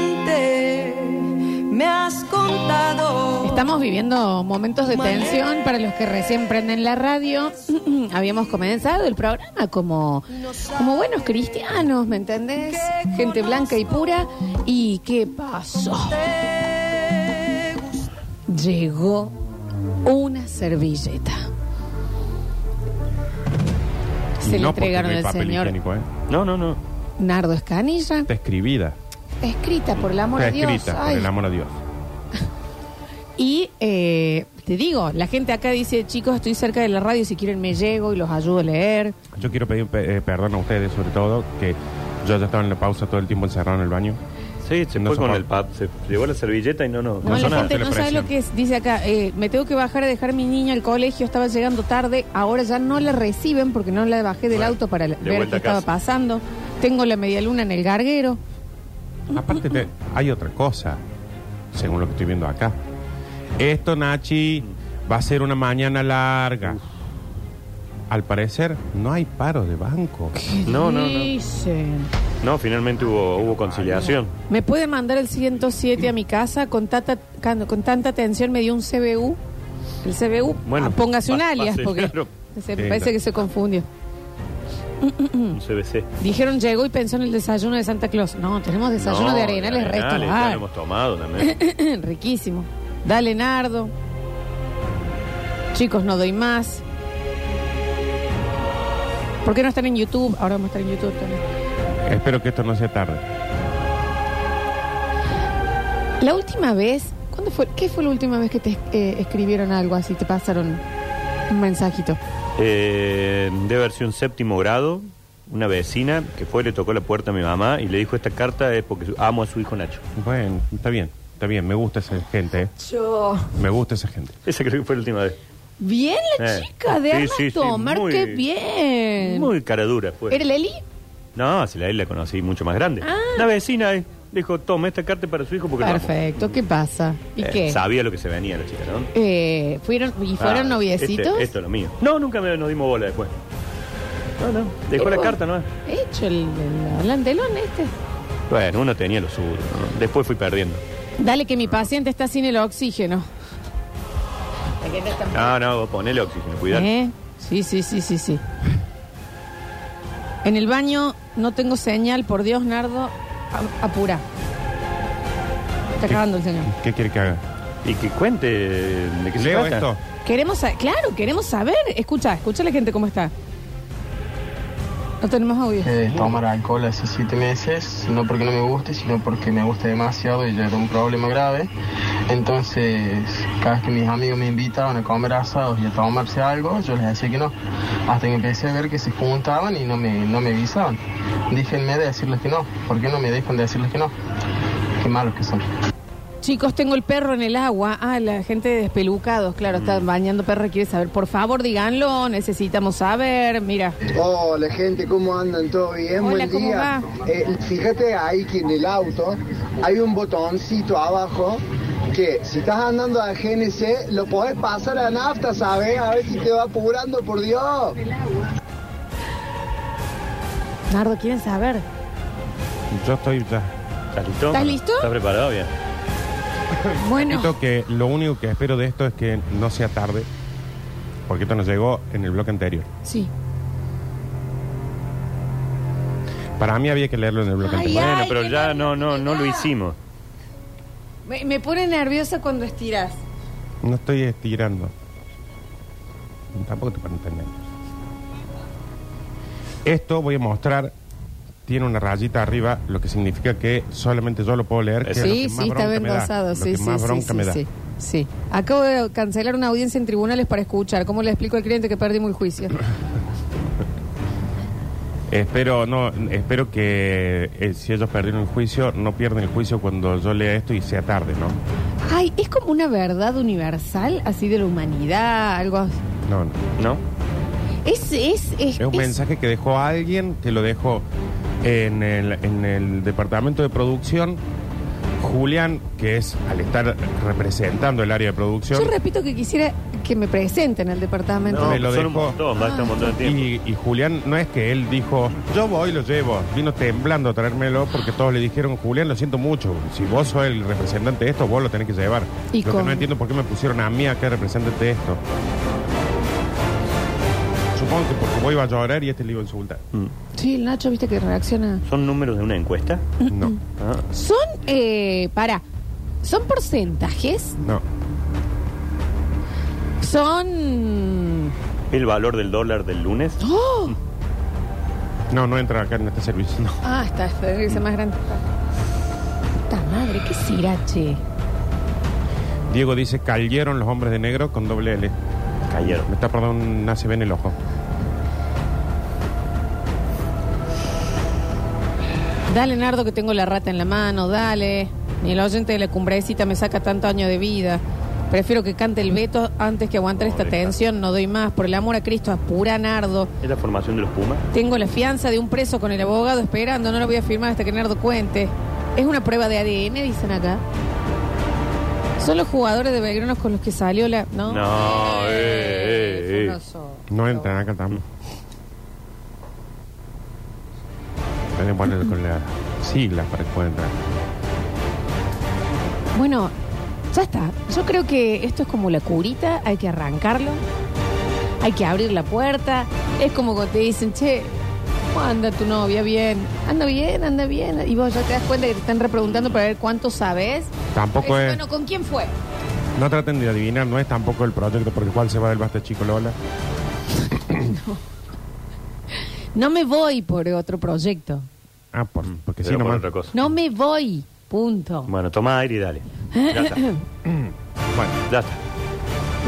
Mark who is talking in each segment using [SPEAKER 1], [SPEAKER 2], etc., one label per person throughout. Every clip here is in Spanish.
[SPEAKER 1] Inocente, me has contado.
[SPEAKER 2] Estamos viviendo momentos de tensión para los que recién prenden la radio. Habíamos comenzado el programa como, como buenos cristianos, ¿me entendés? Gente blanca y pura. ¿Y qué pasó?
[SPEAKER 1] Te gusta
[SPEAKER 2] Llegó una servilleta. Se le
[SPEAKER 3] No porque
[SPEAKER 2] entregaron
[SPEAKER 3] no
[SPEAKER 2] al
[SPEAKER 3] hay papel
[SPEAKER 2] señor
[SPEAKER 3] higiénico, ¿eh? No, no, no.
[SPEAKER 2] Nardo Escanilla.
[SPEAKER 3] Está escribida.
[SPEAKER 2] Escrita, por el amor
[SPEAKER 3] Está
[SPEAKER 2] de Dios.
[SPEAKER 3] escrita, por
[SPEAKER 2] Ay,
[SPEAKER 3] el amor a Dios.
[SPEAKER 2] Y eh, te digo, la gente acá dice, chicos, estoy cerca de la radio, si quieren me llego y los ayudo a leer.
[SPEAKER 3] Yo quiero pedir pe- eh, perdón a ustedes, sobre todo, que yo ya estaba en la pausa todo el tiempo encerrado en el baño.
[SPEAKER 4] Sí, se
[SPEAKER 3] No
[SPEAKER 4] fue
[SPEAKER 3] se
[SPEAKER 4] con
[SPEAKER 3] puede.
[SPEAKER 4] el pap, se llevó la servilleta y no, no,
[SPEAKER 2] No,
[SPEAKER 4] no
[SPEAKER 2] la
[SPEAKER 4] hizo nada.
[SPEAKER 2] gente
[SPEAKER 3] se le
[SPEAKER 2] no sabe
[SPEAKER 3] presiona.
[SPEAKER 2] lo que es. Dice acá, eh, me tengo que bajar a dejar a mi niña al colegio, estaba llegando tarde, ahora ya no la reciben porque no la bajé del
[SPEAKER 4] Bueno,
[SPEAKER 2] auto para la-
[SPEAKER 4] de
[SPEAKER 2] ver qué
[SPEAKER 4] vuelta a
[SPEAKER 2] estaba
[SPEAKER 4] casa.
[SPEAKER 2] pasando. Tengo la media luna en el garguero.
[SPEAKER 3] Aparte, te- hay otra cosa, según lo que estoy viendo acá. Esto, Nachi, va a ser una mañana larga. Al parecer, no hay paro de banco.
[SPEAKER 4] No, no, no.
[SPEAKER 2] Dicen.
[SPEAKER 4] No, finalmente
[SPEAKER 2] Ah,
[SPEAKER 4] hubo, hubo conciliación.
[SPEAKER 2] ¿Me puede mandar el 107 a mi casa? Con tanta, can- con tanta atención me dio un CBU. El CBU,
[SPEAKER 4] Bueno,
[SPEAKER 2] ah, póngase un
[SPEAKER 4] pa-
[SPEAKER 2] alias,
[SPEAKER 4] pase,
[SPEAKER 2] porque
[SPEAKER 4] claro.
[SPEAKER 2] se, me
[SPEAKER 3] Sí,
[SPEAKER 2] parece
[SPEAKER 3] no.
[SPEAKER 2] que se confundió.
[SPEAKER 4] Un CBC.
[SPEAKER 2] Dijeron llegó y pensó en el desayuno de Santa Claus. No, tenemos desayuno
[SPEAKER 4] No,
[SPEAKER 2] de arenales, resto.
[SPEAKER 4] arenales, ya
[SPEAKER 2] bar.
[SPEAKER 4] lo hemos tomado también.
[SPEAKER 2] Riquísimo. Dale, Nardo. Chicos, no doy más. ¿Por qué no están en YouTube? Ahora vamos a estar en YouTube también.
[SPEAKER 3] Espero que esto no sea tarde.
[SPEAKER 2] La última vez, ¿cuándo fue? ¿Qué fue la última vez que te eh, escribieron algo así? Te pasaron un mensajito.
[SPEAKER 4] Eh, debe haber sido un séptimo grado, una vecina que fue, le tocó la puerta a mi mamá y le dijo, esta carta es porque su- amo a su hijo Nacho.
[SPEAKER 3] Bueno, está bien, está bien. Me gusta esa gente, ¿eh?
[SPEAKER 2] Yo.
[SPEAKER 3] Me gusta esa gente.
[SPEAKER 4] Esa creo que fue la última vez.
[SPEAKER 2] Bien la
[SPEAKER 4] Eh,
[SPEAKER 2] chica de
[SPEAKER 4] sí,
[SPEAKER 2] armas
[SPEAKER 4] sí, sí,
[SPEAKER 2] tomar,
[SPEAKER 4] muy-
[SPEAKER 2] qué bien.
[SPEAKER 4] Muy cara dura fue.
[SPEAKER 2] Eh, ¿Era Leli?
[SPEAKER 4] No, si la él la conocí mucho más grande.
[SPEAKER 2] Ah.
[SPEAKER 4] Una vecina eh, dijo, toma esta carta para su hijo porque lo amo".
[SPEAKER 2] Perfecto, ¿qué pasa? ¿Y
[SPEAKER 4] Eh,
[SPEAKER 2] qué?
[SPEAKER 4] Sabía lo que se venía la chica, ¿no?
[SPEAKER 2] Eh, ¿fueron, ¿Y fueron
[SPEAKER 4] Ah,
[SPEAKER 2] noviecitos?
[SPEAKER 4] este- esto es lo mío. No, nunca me, nos dimos bola después. No, no. Dejó la
[SPEAKER 2] Pero-
[SPEAKER 4] carta, ¿no?
[SPEAKER 2] Oh, Hecho el, el adelantelón este.
[SPEAKER 4] Bueno, uno tenía lo suyo. ¿no? Después fui perdiendo.
[SPEAKER 2] Dale que mi paciente está sin el oxígeno.
[SPEAKER 4] No, no, vos ponele oxígeno, Ah, cuidado.
[SPEAKER 2] ¿Eh? Sí, sí, sí, sí, sí. En el baño no tengo señal, por Dios, Nardo, a- apura. Está acabando el señor.
[SPEAKER 3] ¿Qué quiere que haga?
[SPEAKER 4] Y que cuente de qué se
[SPEAKER 3] Leo
[SPEAKER 4] trata.
[SPEAKER 3] esto.
[SPEAKER 2] Queremos sa- claro, queremos saber. Escucha, escucha la gente cómo está. No tenemos audio.
[SPEAKER 5] Eh, de tomar alcohol hace siete meses, no porque no me guste, sino porque me gusta demasiado y ya era un problema grave. Entonces, cada vez que mis amigos me invitaban a comer asados y a tomarse algo, yo les decía que no. Hasta que empecé a ver que se juntaban y no me, no me avisaban. Déjenme decirles que no. ¿Por qué no me dejan decirles que no? Qué malos que son.
[SPEAKER 2] Chicos, tengo el perro en el agua. Ah, la gente de despelucados, claro, está
[SPEAKER 3] Mm.
[SPEAKER 2] bañando perro y quiere saber. Por favor, díganlo, necesitamos saber. Mira.
[SPEAKER 6] Hola gente, ¿cómo andan? ¿Todo bien?
[SPEAKER 2] Hola,
[SPEAKER 6] Buen
[SPEAKER 2] ¿cómo
[SPEAKER 6] día. Eh, fíjate ahí que en el auto hay un botoncito abajo que si estás andando a GNC lo podés pasar a nafta, ¿sabes? A ver si te va apurando, por Dios.
[SPEAKER 2] Nardo, quieren saber.
[SPEAKER 3] Yo estoy ya.
[SPEAKER 4] ¿Estás listo?
[SPEAKER 2] ¿Estás listo?
[SPEAKER 4] ¿Estás preparado? Bien.
[SPEAKER 2] Bueno,
[SPEAKER 3] Repito que lo único que espero de esto es que no sea tarde, porque esto nos llegó en el bloque anterior.
[SPEAKER 2] sí.
[SPEAKER 3] Para mí había que leerlo en el bloque
[SPEAKER 2] Ay,
[SPEAKER 3] anterior.
[SPEAKER 4] Bueno,
[SPEAKER 2] ay,
[SPEAKER 4] pero
[SPEAKER 2] qué
[SPEAKER 4] ya no, no, no lo hicimos.
[SPEAKER 2] Me, me pone nerviosa cuando estiras.
[SPEAKER 3] No estoy estirando. Tampoco te puedo entender. Esto voy a mostrar. Tiene una rayita arriba, lo que significa que solamente yo lo puedo leer. que es lo
[SPEAKER 2] Sí,
[SPEAKER 3] que más
[SPEAKER 2] sí, está
[SPEAKER 3] bronca me da,
[SPEAKER 2] vendosado.
[SPEAKER 3] lo
[SPEAKER 2] Sí,
[SPEAKER 3] que
[SPEAKER 2] sí,
[SPEAKER 3] más
[SPEAKER 2] sí,
[SPEAKER 3] bronca
[SPEAKER 2] sí,
[SPEAKER 3] me da.
[SPEAKER 2] sí, sí. Acabo de cancelar una audiencia en tribunales para escuchar. ¿Cómo le explico al cliente que perdimos el juicio?
[SPEAKER 3] Espero, no, espero que eh, si ellos perdieron el juicio, no pierden el juicio cuando yo lea esto y sea tarde, ¿no?
[SPEAKER 2] Ay, es como una verdad universal, así de la humanidad, algo así.
[SPEAKER 3] No, no.
[SPEAKER 4] ¿No?
[SPEAKER 2] Es, es, es,
[SPEAKER 3] Es un
[SPEAKER 2] es-
[SPEAKER 3] mensaje que dejó alguien, que lo dejó en el, en el departamento de producción Julián, que es al estar representando el área de producción,
[SPEAKER 2] Yo repito que quisiera que me presenten al departamento.
[SPEAKER 3] No, me lo
[SPEAKER 4] son un
[SPEAKER 3] dejó.
[SPEAKER 4] montón, va a estar un
[SPEAKER 2] Ah.
[SPEAKER 4] montón de tiempo.
[SPEAKER 3] y, y Julián no es que él dijo, yo voy, lo llevo, vino temblando a traérmelo porque todos le dijeron, Julián, lo siento mucho, si vos sos el representante de esto, vos lo tenés que llevar.
[SPEAKER 2] Y
[SPEAKER 3] lo
[SPEAKER 2] con-
[SPEAKER 3] que no entiendo por qué me pusieron a mí acá representante de esto. Supongo que porque voy iba a llorar y este le iba a insultar.
[SPEAKER 2] Sí, el Nacho, viste que reacciona.
[SPEAKER 4] ¿Son números de una encuesta?
[SPEAKER 3] No,
[SPEAKER 4] Ah,
[SPEAKER 2] Son, eh, para, son porcentajes,
[SPEAKER 3] no.
[SPEAKER 2] son...
[SPEAKER 4] ¿El valor del dólar del lunes?
[SPEAKER 2] ¡Oh!
[SPEAKER 3] No, no entra acá en este servicio. No.
[SPEAKER 2] Ah, está, está, es más grande. Puta madre, qué sirache.
[SPEAKER 3] Diego dice, cayeron los hombres de negro con doble L.
[SPEAKER 4] Cayeron.
[SPEAKER 3] Me está perdón un ACB en el ojo.
[SPEAKER 2] Dale, Nardo, que tengo la rata en la mano, dale. Ni el oyente de la cumbrecita me saca tanto año de vida. Prefiero que cante el Beto antes que aguantar
[SPEAKER 4] No,
[SPEAKER 2] esta
[SPEAKER 4] deja.
[SPEAKER 2] tensión. No doy más. Por el amor a Cristo, apura, Nardo.
[SPEAKER 4] ¿Es la formación de los Pumas?
[SPEAKER 2] Tengo la fianza de un preso con el abogado esperando. No lo voy a firmar hasta que Nardo cuente. Es una prueba de ADN, dicen acá. Son los jugadores de Belgrano con los que salió la... No,
[SPEAKER 4] No, eh, eh,
[SPEAKER 2] son
[SPEAKER 4] eh.
[SPEAKER 2] los-
[SPEAKER 3] No entran acá tampoco. Pueden poner con las siglas para que puedan entrar.
[SPEAKER 2] Bueno, ya está. Yo creo que esto es como la curita, hay que arrancarlo, hay que abrir la puerta. Es como cuando te dicen, che, ¿cómo anda tu novia bien? Anda bien, anda bien. Y vos ya te das cuenta que te están repreguntando para ver cuánto sabes.
[SPEAKER 3] Tampoco
[SPEAKER 2] Decís,
[SPEAKER 3] es.
[SPEAKER 2] Bueno, ¿con quién fue?
[SPEAKER 3] No traten de adivinar, no es tampoco el proyecto por el cual se va del Basta Chico Lola.
[SPEAKER 2] No me voy por otro proyecto.
[SPEAKER 3] Ah, por, porque sí,
[SPEAKER 4] Pero Mm, por
[SPEAKER 3] nomás.
[SPEAKER 4] otra cosa.
[SPEAKER 2] No me voy. Punto.
[SPEAKER 4] Bueno, toma aire y dale. Ya está.
[SPEAKER 3] Bueno,
[SPEAKER 4] Ya está.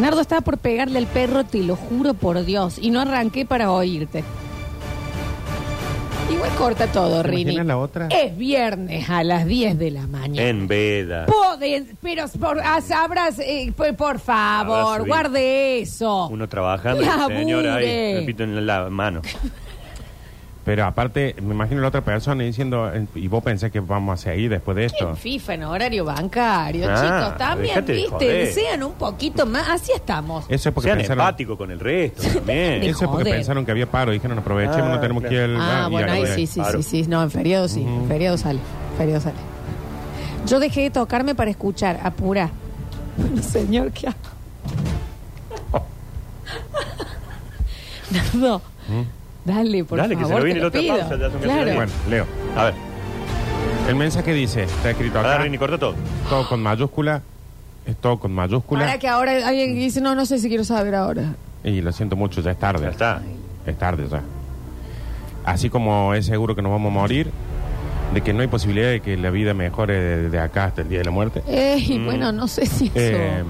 [SPEAKER 2] Nardo estaba por pegarle al perro, te lo juro por Dios. Y no arranqué para oírte. Igual corta todo,
[SPEAKER 3] ¿Te
[SPEAKER 2] Rini.
[SPEAKER 3] imaginas la otra?
[SPEAKER 2] Es viernes a las 10 de la mañana.
[SPEAKER 4] En veda.
[SPEAKER 2] Poden- pero por, ah, sabrás, eh, por, por
[SPEAKER 4] Habrá
[SPEAKER 2] favor,
[SPEAKER 4] subido.
[SPEAKER 2] guarde eso.
[SPEAKER 4] Uno trabajando, y el
[SPEAKER 2] Labure.
[SPEAKER 4] señor ahí, repito en la mano.
[SPEAKER 3] pero aparte, me imagino la otra persona diciendo, eh, y vos pensás que vamos a seguir después de
[SPEAKER 2] En
[SPEAKER 3] esto.
[SPEAKER 2] FIFA, en horario bancario,
[SPEAKER 4] Ah,
[SPEAKER 2] chicos, también,
[SPEAKER 4] dejate de joder.
[SPEAKER 2] viste, sean un poquito más, así estamos.
[SPEAKER 3] Eso es porque
[SPEAKER 4] Sean
[SPEAKER 3] pensaron.
[SPEAKER 4] empáticos con el resto
[SPEAKER 2] de
[SPEAKER 4] también.
[SPEAKER 3] Eso es porque
[SPEAKER 2] joder.
[SPEAKER 3] pensaron que había paro. Dijeron, aprovechemos,
[SPEAKER 4] Ah,
[SPEAKER 3] no tenemos
[SPEAKER 4] claro.
[SPEAKER 3] que ir al.
[SPEAKER 2] Ah,
[SPEAKER 3] y
[SPEAKER 2] bueno, ahí
[SPEAKER 3] acá-
[SPEAKER 2] sí, sí,
[SPEAKER 4] claro.
[SPEAKER 2] sí, sí. No, en feriado sí, en feriado sale, en feriado sale. Yo dejé de tocarme para escuchar, apura. Bueno, señor, ¿qué hago? Nardo, dale, por
[SPEAKER 4] ¿Mm? Dale, que se
[SPEAKER 2] favor,
[SPEAKER 4] lo viene
[SPEAKER 2] te
[SPEAKER 4] la otra
[SPEAKER 2] pido.
[SPEAKER 4] pausa, ya son casi
[SPEAKER 2] Claro.
[SPEAKER 4] las
[SPEAKER 3] Bueno, Leo.
[SPEAKER 4] A ver,
[SPEAKER 3] El mensaje dice, está escrito
[SPEAKER 4] para
[SPEAKER 3] acá,
[SPEAKER 4] Rini, corta todo.
[SPEAKER 3] todo con mayúscula, es todo con mayúscula.
[SPEAKER 2] Ahora que ahora alguien
[SPEAKER 4] Mm.
[SPEAKER 2] dice, no, no sé si quiero saber ahora.
[SPEAKER 3] Y lo siento mucho, ya es tarde.
[SPEAKER 4] Ya está.
[SPEAKER 3] Es tarde ya. Así como es seguro que nos vamos a morir, de que no hay posibilidad de que la vida mejore de, de acá hasta el día de la muerte.
[SPEAKER 2] Eh, y
[SPEAKER 4] Mm.
[SPEAKER 2] bueno, no sé si eso.
[SPEAKER 3] eh,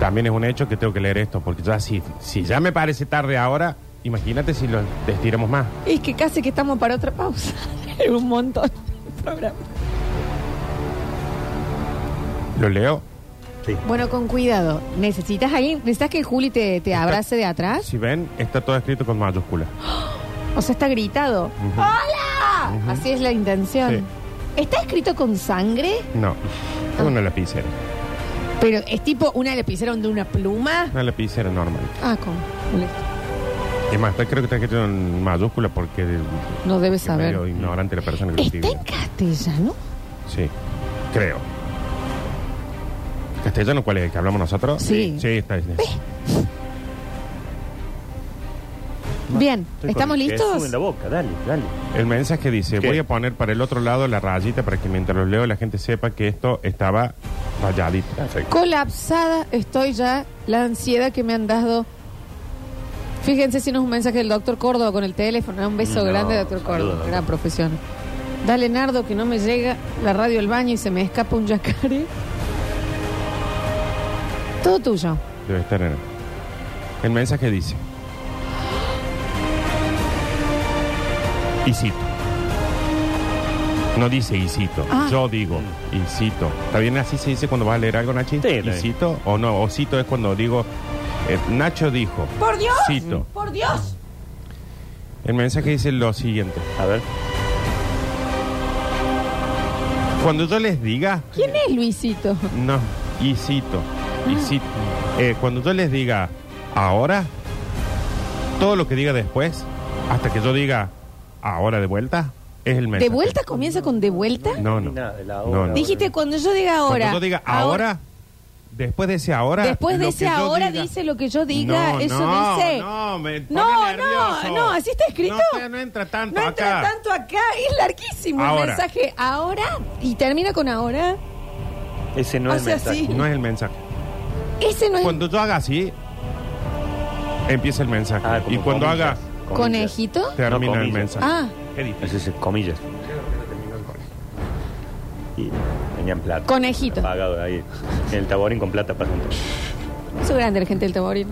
[SPEAKER 3] también es un hecho que tengo que leer esto, porque ya si, si ya me parece tarde ahora, imagínate si lo estiramos más.
[SPEAKER 2] Es que casi que estamos para otra pausa. Es un montón de programa.
[SPEAKER 3] Lo leo.
[SPEAKER 4] Sí.
[SPEAKER 2] Bueno, con cuidado. ¿Necesitas ahí? ¿Necesitas que Juli te, te abrace de atrás?
[SPEAKER 3] Si ven, está todo escrito con mayúscula.
[SPEAKER 2] O sea, está gritado. ¡Hola! Así es la intención.
[SPEAKER 3] Sí.
[SPEAKER 2] Está escrito con sangre,
[SPEAKER 3] No, es una lapicera.
[SPEAKER 2] pero es tipo una lapicera de una pluma.
[SPEAKER 3] Una lapicera normal.
[SPEAKER 2] Ah, con.
[SPEAKER 3] Es más, creo que está escrito en mayúscula porque
[SPEAKER 2] No debes
[SPEAKER 3] es medio
[SPEAKER 2] saber.
[SPEAKER 3] ignorante la persona que lo
[SPEAKER 2] Está
[SPEAKER 3] escribió.
[SPEAKER 2] en castellano.
[SPEAKER 3] Sí, creo. ¿Castellano cuál es? ¿El que hablamos nosotros?
[SPEAKER 2] Sí.
[SPEAKER 3] Sí, está bien.
[SPEAKER 2] Bien,
[SPEAKER 4] Estoy
[SPEAKER 2] ¿estamos
[SPEAKER 4] con el Jesús
[SPEAKER 2] listos?
[SPEAKER 4] en la boca, dale, dale.
[SPEAKER 3] El mensaje dice,
[SPEAKER 4] ¿Qué?
[SPEAKER 3] voy a poner para el otro lado la rayita para que mientras lo leo la gente sepa que esto estaba rayadito.
[SPEAKER 4] Perfecto.
[SPEAKER 2] Colapsada estoy ya, la ansiedad que me han dado. Fíjense si no es un mensaje del doctor Córdoba con el teléfono. ¿eh? Un beso
[SPEAKER 4] No,
[SPEAKER 2] grande, doctor
[SPEAKER 4] saludos,
[SPEAKER 2] Córdoba.
[SPEAKER 4] doctor.
[SPEAKER 2] Gran profesión. Dale, Nardo, que no me llega la radio al baño y se me escapa un yacaré. Todo tuyo.
[SPEAKER 3] Debe estar en... El mensaje dice... Y cito. No dice y cito.
[SPEAKER 2] Ah.
[SPEAKER 3] Yo digo y cito. ¿Está bien así se dice cuando vas a leer algo, Nachi?
[SPEAKER 4] Sí,
[SPEAKER 3] ¿Y
[SPEAKER 4] está bien.
[SPEAKER 3] cito o no? O cito es cuando digo... eh, Nacho dijo.
[SPEAKER 1] Por Dios,
[SPEAKER 3] Cito.
[SPEAKER 1] por Dios.
[SPEAKER 3] El mensaje dice lo siguiente.
[SPEAKER 4] A ver,
[SPEAKER 3] Cuando yo les diga,
[SPEAKER 2] ¿Quién es Luisito?
[SPEAKER 3] no, y cito, y
[SPEAKER 2] Ah.
[SPEAKER 3] cito. Eh, cuando yo les diga ahora, todo lo que diga después, hasta que yo diga ahora de vuelta, es el mensaje.
[SPEAKER 2] ¿De vuelta comienza con de vuelta?
[SPEAKER 3] No, no.
[SPEAKER 4] Nada, el ahora,
[SPEAKER 3] No, no.
[SPEAKER 2] Dijiste cuando yo diga ahora.
[SPEAKER 3] Cuando yo diga ahora, después de ese ahora.
[SPEAKER 2] Después de
[SPEAKER 3] lo
[SPEAKER 2] ese
[SPEAKER 3] que yo
[SPEAKER 2] ahora
[SPEAKER 3] diga-
[SPEAKER 2] dice lo que yo diga,
[SPEAKER 3] No,
[SPEAKER 2] eso
[SPEAKER 3] no,
[SPEAKER 2] dice.
[SPEAKER 3] No, me pone
[SPEAKER 2] no, no,
[SPEAKER 3] nervioso.
[SPEAKER 2] no, así está escrito.
[SPEAKER 3] No, te- no entra tanto
[SPEAKER 2] No entra
[SPEAKER 3] acá.
[SPEAKER 2] tanto acá, es larguísimo el
[SPEAKER 3] Ahora.
[SPEAKER 2] mensaje. Ahora y termina con ahora.
[SPEAKER 4] Ese no
[SPEAKER 2] O
[SPEAKER 4] es el
[SPEAKER 2] sea,
[SPEAKER 4] mensaje.
[SPEAKER 2] sí.
[SPEAKER 3] No es el mensaje.
[SPEAKER 2] Ese no es
[SPEAKER 3] Cuando yo haga así, empieza el mensaje.
[SPEAKER 4] Ah, como
[SPEAKER 3] y cuando
[SPEAKER 4] comillas,
[SPEAKER 3] haga,
[SPEAKER 4] comillas.
[SPEAKER 2] conejito.
[SPEAKER 3] termina
[SPEAKER 4] No,
[SPEAKER 3] el
[SPEAKER 4] comillas.
[SPEAKER 3] mensaje.
[SPEAKER 2] Ah,
[SPEAKER 3] Qué difícil.
[SPEAKER 4] Ese es el comillas. Y tenían plata.
[SPEAKER 2] Conejito.
[SPEAKER 4] Pagado ahí. En el taborín con plata para juntar.
[SPEAKER 2] eso grande la gente del taborín.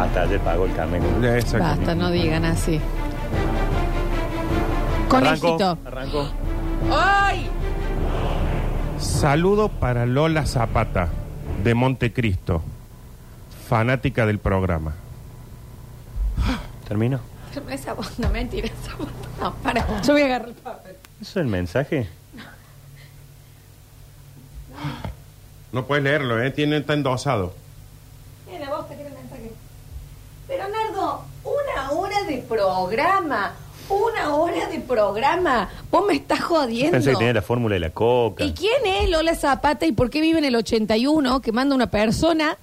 [SPEAKER 4] Hasta ayer pagó el camino.
[SPEAKER 3] Ya, exacto.
[SPEAKER 2] Basta, no digan así.
[SPEAKER 4] Arranco.
[SPEAKER 2] Conejito.
[SPEAKER 4] Arranco.
[SPEAKER 2] ¡Ay!
[SPEAKER 3] Saludo para Lola Zapata, de Montecristo, fanática del programa.
[SPEAKER 4] Termino.
[SPEAKER 2] No esa voz, no mentira, esa voz. No, para, yo voy a agarrar el papel.
[SPEAKER 4] ¿Eso es el mensaje?
[SPEAKER 3] No puedes leerlo, ¿eh? Tiene, está endosado.
[SPEAKER 2] Mira, vos te quiero el mensaje. Pero, Nardo, una hora de programa. Una hora de programa. Vos me estás jodiendo.
[SPEAKER 4] Pensé que tenía la fórmula de la coca.
[SPEAKER 2] ¿Y quién es Lola Zapata y por qué vive en el 81 que manda una persona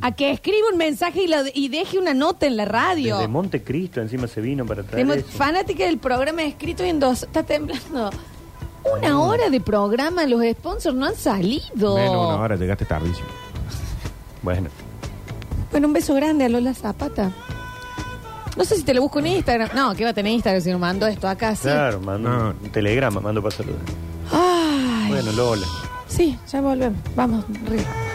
[SPEAKER 2] a que escriba un mensaje y, la- y deje una nota en la radio?
[SPEAKER 4] Desde Montecristo encima se vino para traer
[SPEAKER 2] Tenemos
[SPEAKER 4] eso.
[SPEAKER 2] fanática del programa escrito y en dos. Está temblando. Una hora de programa, los sponsors no han salido.
[SPEAKER 3] Menos una hora, llegaste tardísimo.
[SPEAKER 4] Bueno.
[SPEAKER 2] Bueno, un beso grande a Lola Zapata. No sé si te lo busco en Instagram. No, que va a tener Instagram si nos mandó esto acá, sí.
[SPEAKER 4] Claro, mando
[SPEAKER 3] No.
[SPEAKER 4] un telegrama, mando para saludar.
[SPEAKER 2] Ay,
[SPEAKER 4] Bueno, Lola.
[SPEAKER 2] Sí, ya volvemos. Vamos, Río.